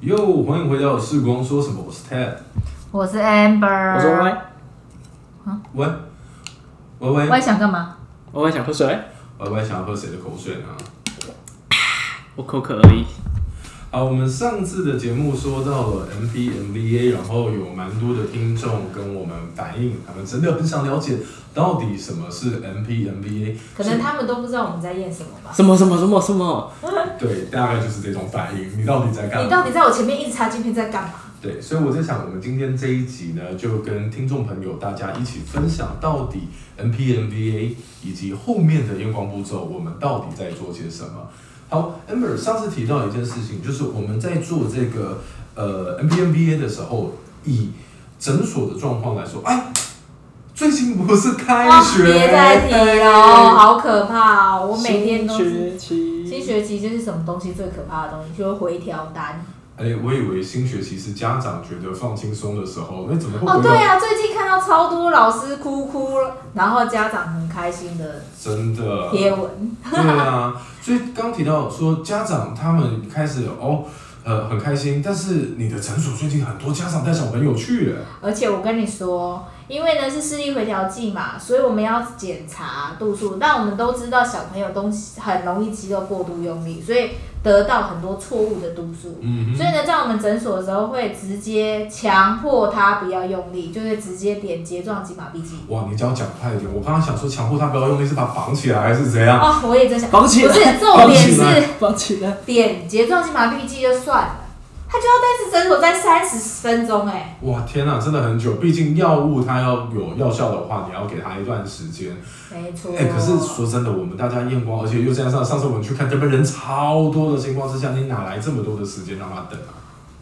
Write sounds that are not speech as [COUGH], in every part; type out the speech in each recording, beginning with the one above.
哟，欢迎回到世光说什么？我是 Ted，我是我说 Amber，歪，喂喂喂我也想干嘛？我还想喝水，喂喂，想要喝谁的口水呢？啊我口渴而已。好，啊我们上次的节目说到了 MP MBA，然后有蛮多的听众跟我们反映，他们真的很想了解到底什么是 MP MBA，可能他们都不知道我们在验什么吧。什么什么什么什么？对，大概就是这种反应，你到底在干嘛？你到底在我前面一直插镜片在干嘛？对，所以我在想，我们今天这一集呢，就跟听众朋友大家一起分享到底 NPMBA 以及后面的验光步骤，我们到底在做些什么。好，Amber 上次提到一件事情，就是我们在做这个呃 NPMBA 的时候，以诊所的状况来说，哎，最近不是开学，哦别再提哦，好可怕哦！我每天都是新学期，新学期就是什么东西最可怕的东西，就是回调单。哎、我以为新学期是家长觉得放轻松的时候，那怎么会哦，回到对啊，最近看到超多老师哭哭，然后家长很开心的真的贴文。对啊，所以刚提到说家长他们开始哦，呃，很开心，但是你的诊所最近很多家长带小朋友去了，而且我跟你说，因为呢是视力回调剂嘛，所以我们要检查度数。但我们都知道小朋友东西很容易肌肉过度用力，所以得到很多错误的度数。嗯所以呢，在我们诊所的时候，会直接强迫他不要用力，就是直接点睫状肌麻痹剂。哇，你只要讲快一点，我刚刚想说强迫他不要用力是把他绑起来还是怎样？哦，我也在想，绑起不来，是重点绑起来是绑起来。点睫状肌麻痹剂就算了，他就要在诊所待三十分钟哎、哇，天哪、真的很久，毕竟药物它要有药效的话，你要给他一段时间。没错。哎、可是说真的，我们大家验光，而且又加上上次我们去看这边人超多的情况之下，你哪来这么多的时间让他等啊？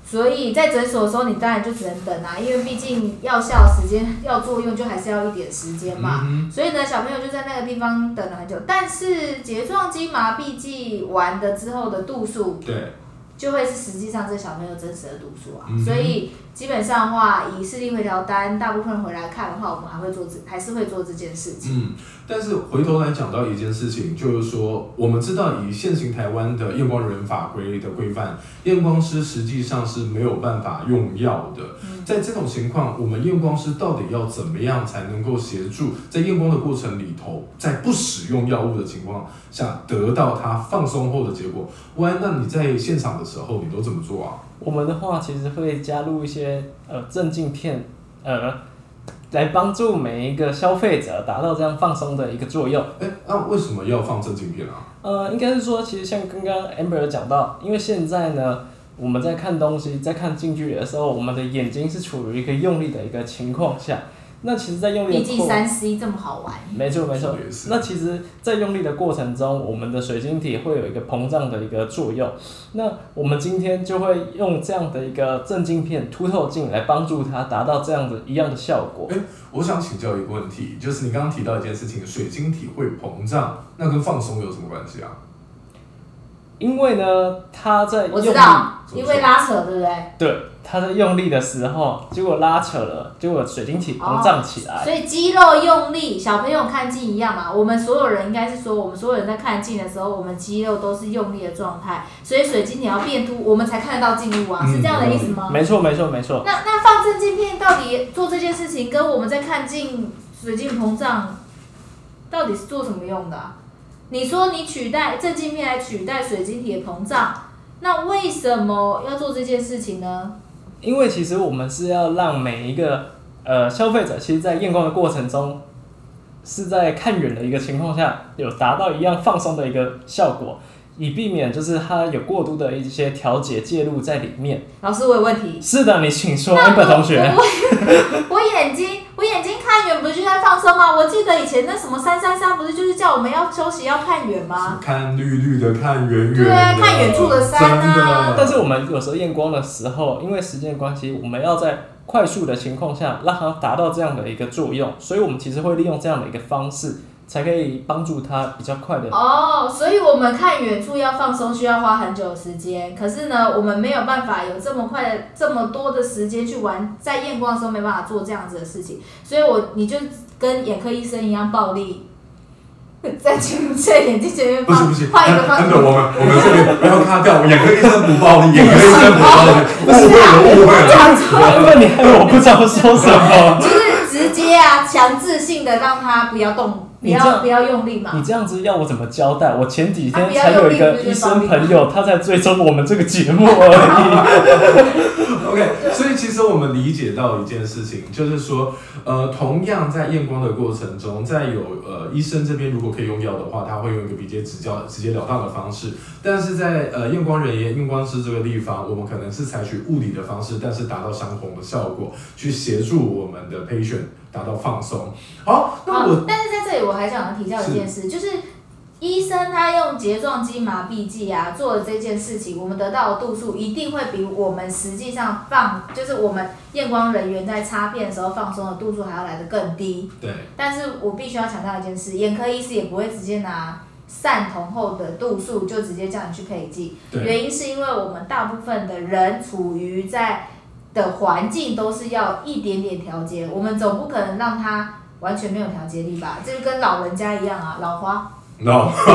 所以在诊所的时候，你当然就只能等啊，因为毕竟药效时间要作用，就还是要一点时间嘛。嗯所以呢，小朋友就在那个地方等了很久。但是睫状肌麻痹剂完了之后的度数哼，对，就会是实际上这小朋友真实的读数啊。嗯哼所以基本上的话，以视力回调单大部分回来看的话，我们还会做这，还是会做这件事情。嗯，但是回头来讲到一件事情，就是说，我们知道以现行台湾的验光人法规的规范，验光师实际上是没有办法用药的。嗯在这种情况，我们验光师到底要怎么样才能够协助在验光的过程里头，在不使用药物的情况下，得到他放松后的结果？喂，那你在现场的时候，你都怎么做啊？我们的话其实会加入一些呃镇静片，呃，来帮助每一个消费者达到这样放松的一个作用。哎，那为什么要放镇静片啊？呃，应该是说，其实像刚刚 Amber 有讲到，因为现在呢，我们在看东西、在看近距离的时候，我们的眼睛是处于一个用力的一个情况下。那其实，在用力毕的竟过三 C 这么好玩，没错没错也是。那其实，在用力的过程中，我们的水晶体会有一个膨胀的一个作用。那我们今天就会用这样的一个正镜片凸透镜来帮助它达到这样的一样的效果。我想请教一个问题，就是你刚刚提到一件事情，水晶体会膨胀，那跟放松有什么关系啊？因为呢，它在我用知力，道，怎么说因为拉扯，对不对？对，它在用力的时候，结果拉扯了，结果水晶体膨胀起来。所以肌肉用力，小朋友看镜一样嘛。我们所有人应该是说，我们所有人在看镜的时候，我们肌肉都是用力的状态，所以水晶体要变凸，我们才看得到镜物啊，是这样的意思吗？嗯没错没错没错。那那放正镜片到底做这件事情，跟我们在看镜水镜膨胀，到底是做什么用的啊、你说你取代正镜片来取代水晶体的膨胀，那为什么要做这件事情呢？因为其实我们是要让每一个呃消费者，其实，在验光的过程中，是在看远的一个情况下，有达到一样放松的一个效果，以避免就是它有过度的一些调节介入在里面。老师，我有问题。是的，你请说，amber [LAUGHS] 同学。我我我眼睛我眼睛看远不是就在放松吗？我记得以前那什么三三三不是就是叫我们要休息要看远吗？看绿绿的，看远远的，啊对啊看远处的山啊但是我们有时候验光的时候，因为时间关系，我们要在快速的情况下让它达到这样的一个作用，所以我们其实会利用这样的一个方式，才可以帮助它比较快 [LAUGHS] 的哦，所以我们看远处要放松需要花很久的时间，可是呢，我们没有办法有这么快的这么多的时间去玩，在验光的时候没办法做这样子的事情，所以我你就跟眼科医生一样暴力，在前在眼睛前面不行哎放不行，换一个安方安式德，。我们我们这边不要卡掉，眼科医生不暴力，眼科医生不 [LAUGHS] 暴力，误会了误会了。讲错，要啊不然你害我不知道说什 [LAUGHS] 么。就是直接啊，强制性的让他不要动，不你这要样不要用力嘛你。这样子要我怎么交代？我前几啊天不要才有用一力个不是医帮生你朋友，他在追踪我们这个节目而 [LAUGHS] OK，所以其实我们理解到一件事情，就是说，呃，同样在验光的过程中，在有呃医生这边如果可以用药的话，他会用一个比较直交直截了当的方式，但是在呃验光人员、验光师这个地方，我们可能是采取物理的方式，但是达到相同的效果，去协助我们的 patient 达到放松。好，那我好，但是在这里我还想要提到一件事，就是医生他用睫状肌麻痹剂啊做的这件事情，我们得到的度数一定会比我们实际上放，就是我们验光人员在插片的时候放松的度数还要来得更低。对。但是我必须要强调一件事，眼科医师也不会直接拿散瞳后的度数就直接叫你去配剂，对 [LAUGHS] 原因是因为我们大部分的人处于在的环境都是要一点点调节，我们总不可能让他完全没有调节力吧？这就跟老人家一样啊，老花 No，好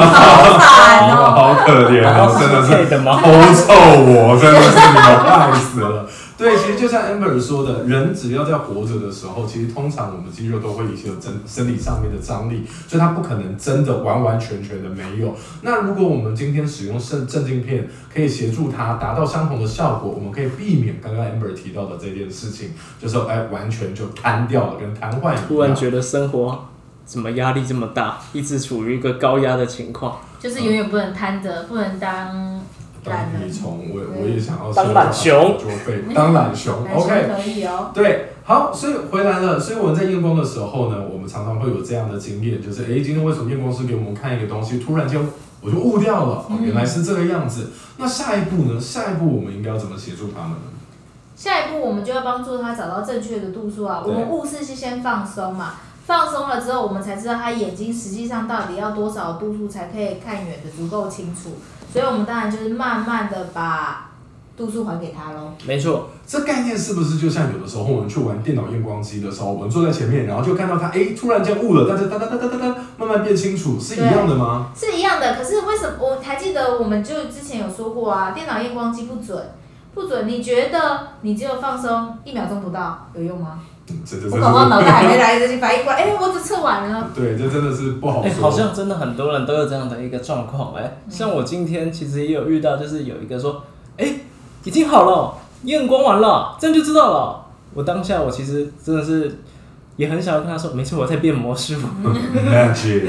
惨哦。哎好可怜啊，[LAUGHS] 已。真的是 [LAUGHS] 是的吗？好臭我， [LAUGHS] 真的是你们害死了。对，其实就像 Amber 说的，人只要在活着的时候，其实通常我们肌肉都会有一些真生理上面的张力，所以它不可能真的完完全全的没有。那如果我们今天使用镇镇静片，可以协助它达到相同的效果，我们可以避免刚刚 Amber 提到的这件事情，就是哎完全就瘫掉了，跟瘫痪一样。突然觉得生活怎么压力这么大，一直处于一个高压的情况。就是永远不能瘫着，不能当当懒米人。虫，我我也想要当懒熊就被当懒熊 [LAUGHS] 男，OK 生。可以哦。对，好，所以回来了。所以我们在验光的时候呢，我们常常会有这样的经验，就是诶，今天为什么验光师给我们看一个东西，突然间我就悟掉了，哦，原来是这个样子。那下一步呢？下一步我们应该要怎么协助他们呢？下一步我们就要帮助他找到正确的度数啊。我对们物事是先放松嘛，放松了之后，我们才知道他眼睛实际上到底要多少度数才可以看远的足够清楚。所以我们当然就是慢慢的把度数还给他喽。没错，这概念是不是就像有的时候我们去玩电脑验光机的时候，我们坐在前面，然后就看到他诶，突然间悟了，但是哒哒哒哒哒哒，慢慢变清楚，是一样的吗？是一样的，可是为什么我还记得我们就之前有说过啊，电脑验光机不准，不准。你觉得你只有放松一秒钟不到有用吗？嗯，这这我这搞不好是脑袋还没来得及反应过来，哎、我只测完了。对，这真的是不好哎、说。好像真的很多人都有这样的一个状况。哎，嗯像我今天其实也有遇到，就是有一个说，哎、已经好了，验光完了，这样就知道了。我当下我其实真的是也很想要跟他说，没错，我在变魔术。嗯 Magic。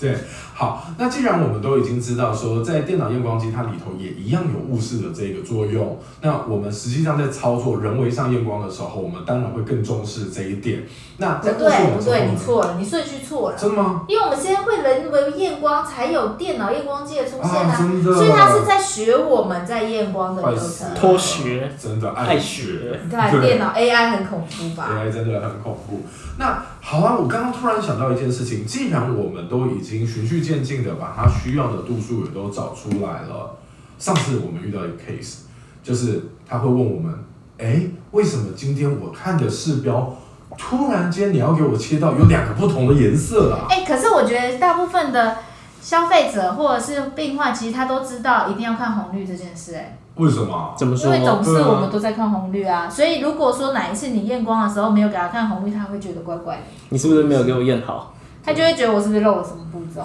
对， [LAUGHS] 好，那既然我们都已经知道说，在电脑验光机它里头也一样有雾视的这个作用，那我们实际上在操作人为上验光的时候，我们当然会更重视 [LAUGHS] 这一点。那不在雾视的对不时候对，呢你，错了，你顺序错了。真的吗？因为我们先会人为验光，才有电脑验光机的出现啊，真的，哎所以它是在学我们在验光的快流死程了。脱学，真的爱 [LAUGHS] 爱学 [LAUGHS] 学。你看电脑 AI 很恐怖吧？ AI 真的很恐怖。那好啊，我刚刚突然想到一件事情，既然我们都已经循序渐进的把它需要的度数也都找出来了，上次我们遇到一个 case，就是他会问我们，哎，为什么今天我看的视标突然间你要给我切到有两个不同的颜色啊？哎、可是我觉得大部分的消费者或者是病患，其实他都知道一定要看红绿这件事、哎，为什么？怎么因说？为总对是啊我们都在看红绿啊。所以如果说哪一次你验光的时候没有给他看红绿，他会觉得怪怪的，你是不是没有给我验好？他就会觉得我是不是漏了什么步骤？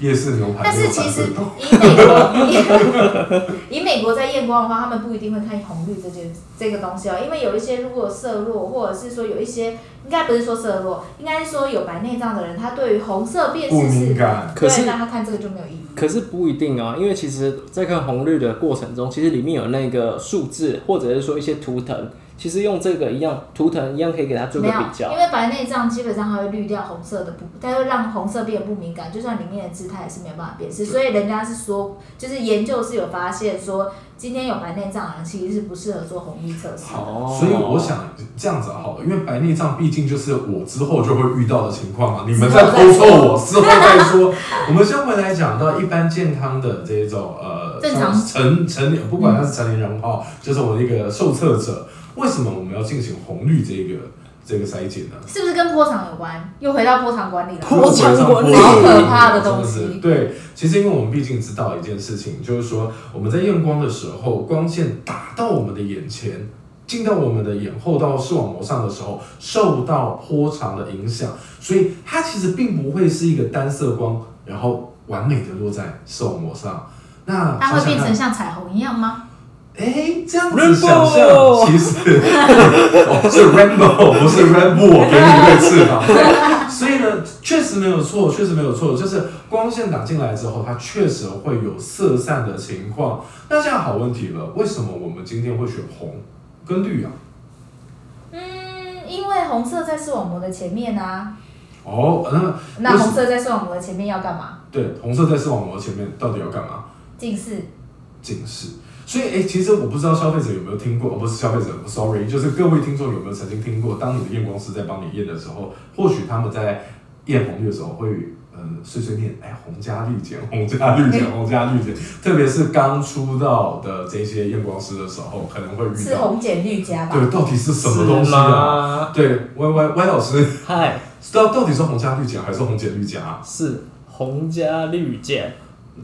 夜市牛排但没有是白其色的，实以美国以 [LAUGHS] 美国在验光的话，他们不一定会看红绿这件这个东西哦，因为有一些如果色弱，或者是说有一些应该不是说色弱，应该是说有白内障的人，他对于红色辨不识敏是，感。可是对，那他看这个就没有意义。可是不一定啊，因为其实，在看红绿的过程中，其实里面有那个数字，或者是说一些图腾，其实用这个一样图腾一样可以给它做没个有比，较因。为白内障基本上它会滤掉红色的不，它会让红色变得不敏感，就算里面的字它也是没有办法辨识。所以人家是说，就是研究是有发现说，今天有白内障的人其实是不适合做红绿测试的。哦所以我想这样子好了，因为白内障毕竟就是我之后就会遇到的情况嘛， [LAUGHS] 你们在偷凑我，之后再说。我们先回来讲到一般健康的这种呃，正常嗯像成成年，哦不管他是成年人哈，就是我们一个受测者，为什么我们要进行红绿这个这个筛检呢、啊。是不是跟波长有关？又回到波长管理了。波长管如果回理到波长管理好可怕的东西真是对，其实因为我们毕竟知道一件事情，就是说我们在验光的时候，光线打到我们的眼前，进到我们的眼后到视网膜上的时候，受到波长的影响，所以它其实并不会是一个单色光，然后完美的落在视网膜上。那它会想想变看成像彩虹一样吗？哎，这样子 Rainbow 想象，其实 [LAUGHS] 哦是 rainbow，不是 rainbow，我给你对翅膀。所以呢，确实没有错，确实没有错，就是光线打进来之后，它确实会有色散的情况。那现在好问题了，为什么我们今天会选红跟绿啊？嗯，因为红色在视网膜的前面啊。哦，那那为什红色在视网膜的前面要干嘛？对，红色在视网膜前面到底要干嘛？近视。近视。所以，哎、其实我不知道消费者有没有听过，哦，不是消费者，sorry，就是各位听众有没有曾经听过，当你的验光师在帮你验的时候，或许他们在验红绿的时候会，嗯，碎碎念，哎，红加绿减， [LAUGHS] 红加绿减，红加绿减，特别是刚出道的这些验光师的时候，可能会遇是到，红减绿加吧？对，到底是什么东是西啊？吗？对，Y Y Y 老师，嗨，到到底是红加绿减还是红减绿加啊？是红加绿减。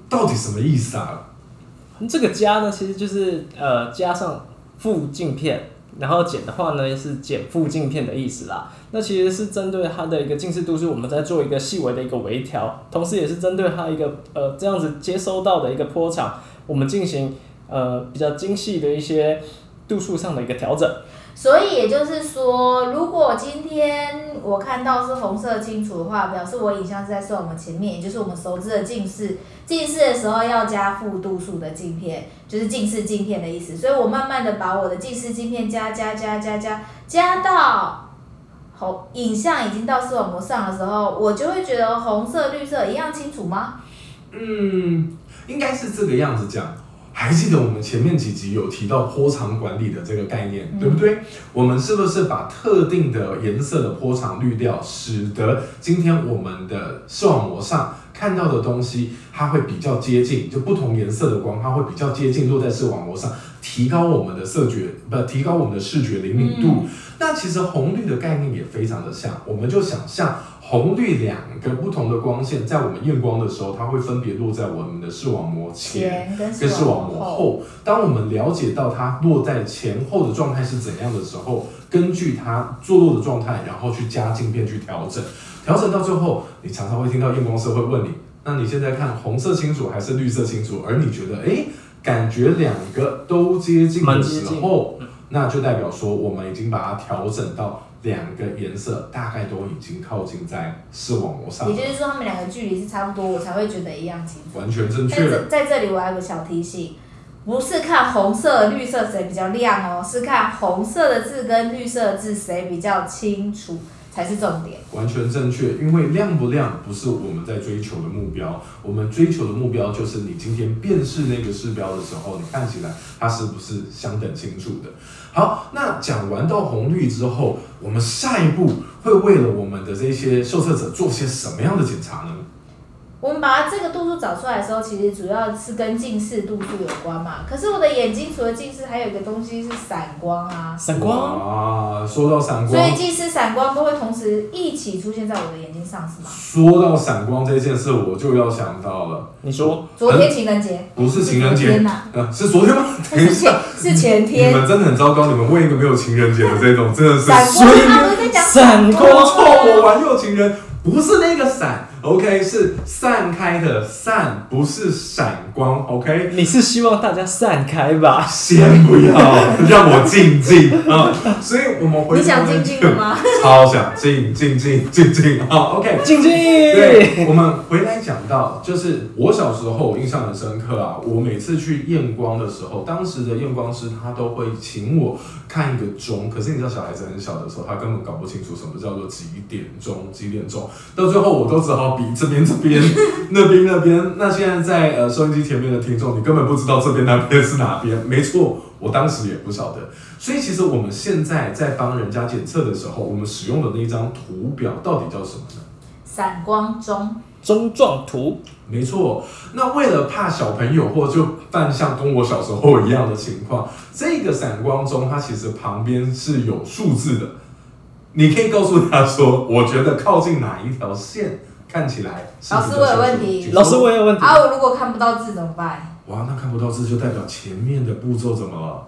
到底什么意思啊？这个加呢，其实就是呃加上副镜片，然后减的话呢是减副镜片的意思啦。那其实是针对它的一个近视度数，我们在做一个细微的一个微调，同时也是针对它一个呃这样子接收到的一个波长，我们进行呃比较精细的一些度数上的一个调整。所以也就是说，如果今天我看到是红色清楚的话，表示我影像是在视网膜前面，也就是我们熟知的近视。近视的时候要加负度数的镜片，就是近视镜片的意思。所以我慢慢的把我的近视镜片加加加加加加到红影像已经到视网膜上的时候，我就会觉得红色、绿色一样清楚吗？嗯，应该是这个样子讲。还记得我们前面几集有提到波长管理的这个概念，嗯对不对？我们是不是把特定的颜色的波长滤掉，使得今天我们的视网膜上看到的东西，它会比较接近，就不同颜色的光，它会比较接近落在视网膜上，提高我们的色觉，不，提高我们的视觉灵敏度。那其实红绿的概念也非常的像，我们就想象红绿两个不同的光线，在我们验光的时候，它会分别落在我们的视网膜前。前跟跟视视网网膜膜后，当我们了解到它落在前后的状态是怎样的时候，根据它坐落的状态，然后去加镜片去调整，调整到最后，你常常会听到验光师会问你，那你现在看红色清楚还是绿色清楚？而你觉得，诶，感觉两个都接近的蛮接时近候，那就代表说我们已经把它调整到两个颜色大概都已经靠近在视网膜上也了，就是说，他们两个距离是差不多，我才会觉得一样清楚。完全正在确。这在这里我要有个小提醒，不是看红色、绿色谁比较亮哦，是看红色的字跟绿色的字谁比较清楚才是重点。完全正确，因为亮不亮不是我们在追求的目标，我们追求的目标就是你今天辨识那个视标的时候，你看起来它是不是相等清楚的。好，那讲完到红绿之后，我们下一步会为了我们的这些受测者做些什么样的检查呢？我们把这个度数找出来的时候，其实主要是跟近视度数有关嘛。可是我的眼睛除了近视，还有一个东西是散光啊，闪光啊，说到闪所光，以近视、散光都会同时一起出现在我的眼睛上，是吗？说到闪光这件事，我就要想到了，你说昨天情人节，不是情人天节，呐、呃， [LAUGHS] 是昨天吗？等一是下前，是前 [LAUGHS] 你天。们真的很糟糕，你们问一个没有情人节的这种，真的是闪光，所以他们在讲闪光搞错， [LAUGHS] 我玩有情人不是那个闪，OK，是散开的散，不是闪光，OK。你是希望大家散开吧？先不要让我静静啊！所以我们回你想头来静静的吗？ [LAUGHS] 超想静静静静静啊！OK，静静，对，我们回来讲到，就是我小时候印象很深刻啊。我每次去验光的时候，当时的验光师他都会请我看一个钟，可是你知道小孩子很小的时候，他根本搞不清楚什么叫做几点钟，几点钟。到最后我都只好比这边这边，那边那边。那现在在呃收音机前面的听众，你根本不知道这边那边是哪边。没错，我当时也不晓得。所以其实我们现在在帮人家检测的时候，我们使用的那张图表到底叫什么呢？散光中。中状图没错，那为了怕小朋友或就犯像跟我小时候一样的情况，这个闪光钟它其实旁边是有数字的，你可以告诉他说，我觉得靠近哪一条线看起来是比较老师我有问题清楚老师，我有问题。啊，我如果看不到字怎么办？哇，那看不到字就代表前面的步骤怎么了？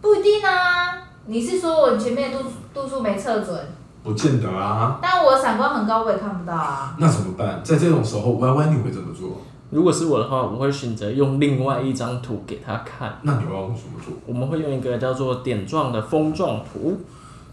不一定啊。你是说我前面的度度数没测准，不见得啊，但我闪光很高，我也看不到啊。那怎么办？在这种时候，Y Y 你会怎么做？如果是我的话，我会选择用另外一张图给他看。那你要用什么做？我们会用一个叫做点状的风状图。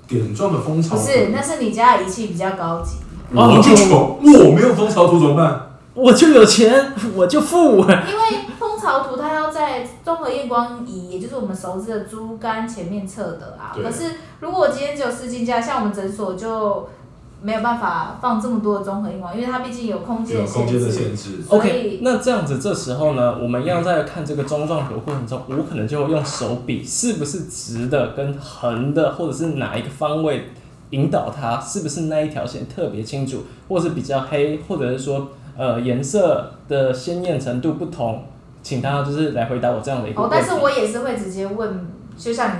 点状的蜂巢不是，那是你家的仪器比较高级，我就穷，我没有蜂巢图怎么办？我就有钱， [LAUGHS] 我就富。因为蜂巢图它要在综合验光仪，也就是我们熟知的猪肝前面测的啊。对可是如果我今天只有四进价，像我们诊所就没有办法放这么多的综合验光，因为它毕竟有空间有的空限间的制。限制。所以 OK，那这样子，这时候呢，我们要在看这个中状图的过程中，我可能就会用手比是不是直的跟横的，或者是哪一个方位引导它，是不是那一条线特别清楚，或是比较黑，或者是说呃颜色的鲜艳程度不同，请他就是来回答我这样的一个哦问，题。但是我也是会直接问，就像你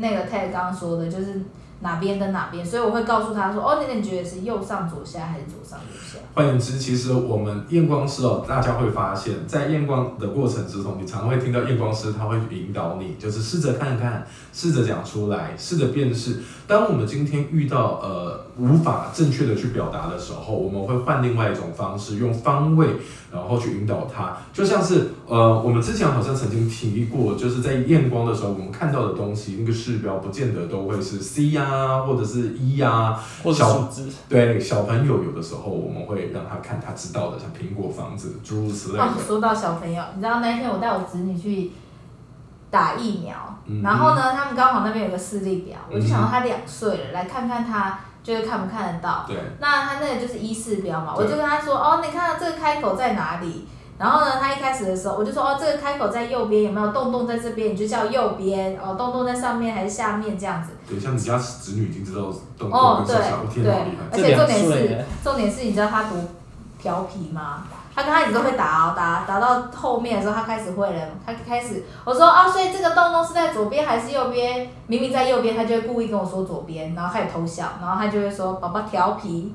那个 Ted 刚刚说的，就是哪边跟哪边，所以我会告诉他说，哦，那那你觉得是右上左下还是左上左下？换言之，其实我们验光师哦，大家会发现，在验光的过程之中，你常会听到验光师他会引导你，就是试着看看，试着讲出来，试着辨识。当我们今天遇到呃无法正确的去表达的时候，我们会换另外一种方式，用方位然后去引导他。就像是呃，我们之前好像曾经提过，就是在验光的时候，我们看到的东西，那个视标不见得都会是 C 呀、或者是 E 呀、或者数字，对小朋友，有的时候我们会让他看他知道的，像苹果、房子，诸如此类的哦，。说到小朋友，你知道那一天我带我侄女去打疫苗，嗯然后呢，他们刚好那边有个视力表，我就想嗯到他两岁了，来看看他就是看不看得到。对，那他那个就是一视标嘛，我对就跟他说，哦，你看这个开口在哪里？然后呢，他一开始的时候，我就说，哦，这个开口在右边，有没有洞洞在这边？你就叫右边，哦，洞洞在上面还是下面这样子。等一下，你家子女已经知道动哦作，跟上对下，我天哪，好厉害！对，而且重点这两岁是耶，重点是，你知道他多调皮吗？他刚开始都会打哦，打打到后面的时候，他开始会了。他开始我说啊，所以这个洞洞是在左边还是右边？明明在右边，他就会故意跟我说左边，然后开始偷笑，然后他就会说宝宝调皮。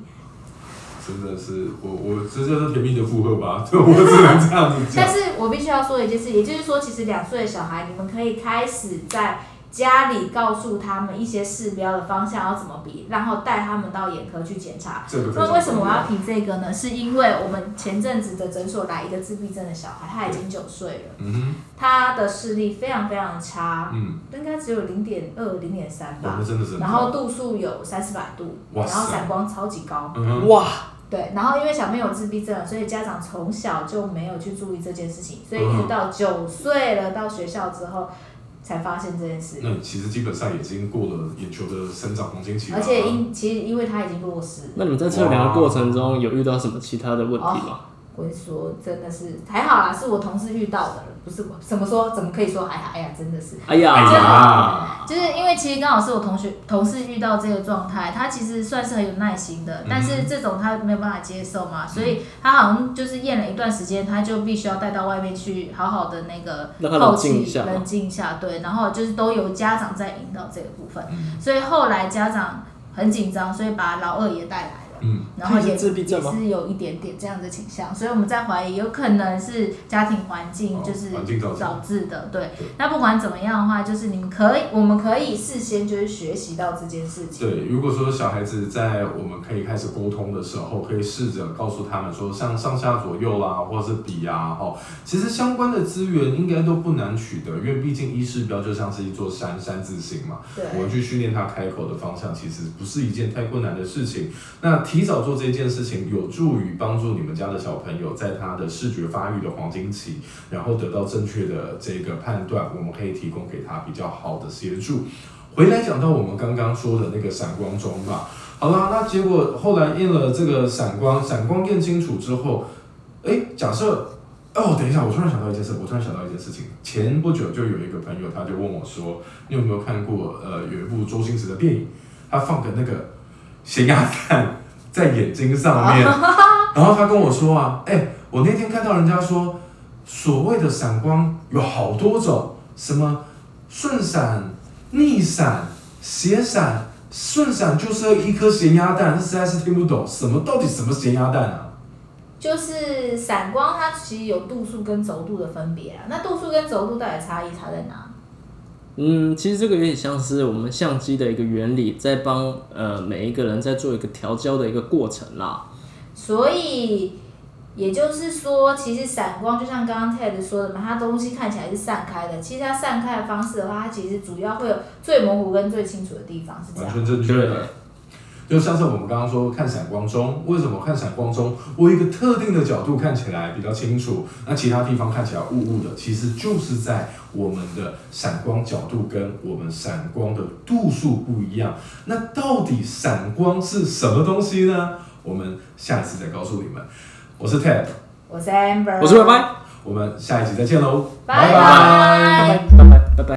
真的是，我我这就是甜蜜的负荷吧， [LAUGHS] 对我只能这样子讲。但是我必须要说一件事，也就是说，其实两岁的小孩，你们可以开始在家里告诉他们一些视标的方向要怎么比，然后带他们到眼科去检查。这个非常那为什么我要提这个呢？是因为我们前阵子的诊所来一个自闭症的小孩，他已经九岁了，嗯他的视力非常非常哼，差，嗯，应该只有零点二、零点三我吧们。真的是很啊然后度数有三四百度，哇然塞后散光超级高，嗯哼，哇，对。然后因为小朋友有自闭症，所以家长从小就没有去注意这件事情，所以一直到九岁了，到学校之后才发现这件事。那你其实基本上已经过了眼球的生长黄金期了啊，而且因其实因为他已经弱视了，那你们在测量的过程中有遇到什么其他的问题哦吗？我是说，真的是还好啦，是我同事遇到的了，不是我怎么说，怎么可以说还好？哎呀，真的是，哎呀，哎呀。就是因为其实刚好是我同学同事遇到这个状态，他其实算是很有耐心的，但嗯是这种他没有办法接受嘛，所以他好像就是验了一段时间，他就必须要带到外面去，好好的那个让他透冷静一气下嘛冷静一下，对，然后就是都有家长在引导这个部分，嗯所以后来家长很紧张，所以把老二也带来了。嗯，然后他也也是自闭症吗也是有一点点这样的倾向，所以我们在怀疑有可能是家庭环境哦就是环境造成导致的。对对，那不管怎么样的话，就是你们可以，我们可以事先就是学习到这件事情。对，如果说小孩子在我们可以开始沟通的时候，可以试着告诉他们说，像上下左右啦，或是比啊，哈、其实相关的资源应该都不难取得，因为毕竟一视标就像是一座山，山字形嘛。对，我们去训练他开口的方向，其实不是一件太困难的事情。那提早做这件事情，有助于帮助你们家的小朋友在他的视觉发育的黄金期，然后得到正确的这个判断，我们可以提供给他比较好的协助。回来讲到我们刚刚说的那个闪光钟吧，好啦，那结果后来验了这个闪光，闪光验清楚之后，哎，假设。哦，等一下，我突然想到一件事，我突然想到一件事情。前不久就有一个朋友，他就问我说，你有没有看过呃有一部周星驰的电影，他放个那个咸鸭蛋在眼睛上面，然后他跟我说啊，哎、我那天看到人家说，所谓的闪光有好多种，什么顺闪、逆闪、斜闪、顺闪就是一颗咸鸭蛋，这实在是听不懂什么到底什么咸鸭蛋啊？就是散光，它其实有度数跟轴度的分别啊。那度数跟轴度到底差异差在哪？嗯，其实这个有点像是我们相机的一个原理，在帮呃每一个人在做一个调焦的一个过程啦。所以也就是说，其实散光就像刚刚 Ted 说的嘛，它东西看起来是散开的，其实它散开的方式的话，它其实主要会有最模糊跟最清楚的地方，是这完全样。正确的。就像是我们刚刚说看闪光中，为什么看闪光中，我有一个特定的角度看起来比较清楚，那其他地方看起来雾雾的，其实就是在我们的闪光角度跟我们闪光的度数不一样。那到底闪光是什么东西呢？我们下一次再告诉你们。我是 Ted，我是 Amber，我是拜拜，我们下一集再见喽，拜拜拜拜拜。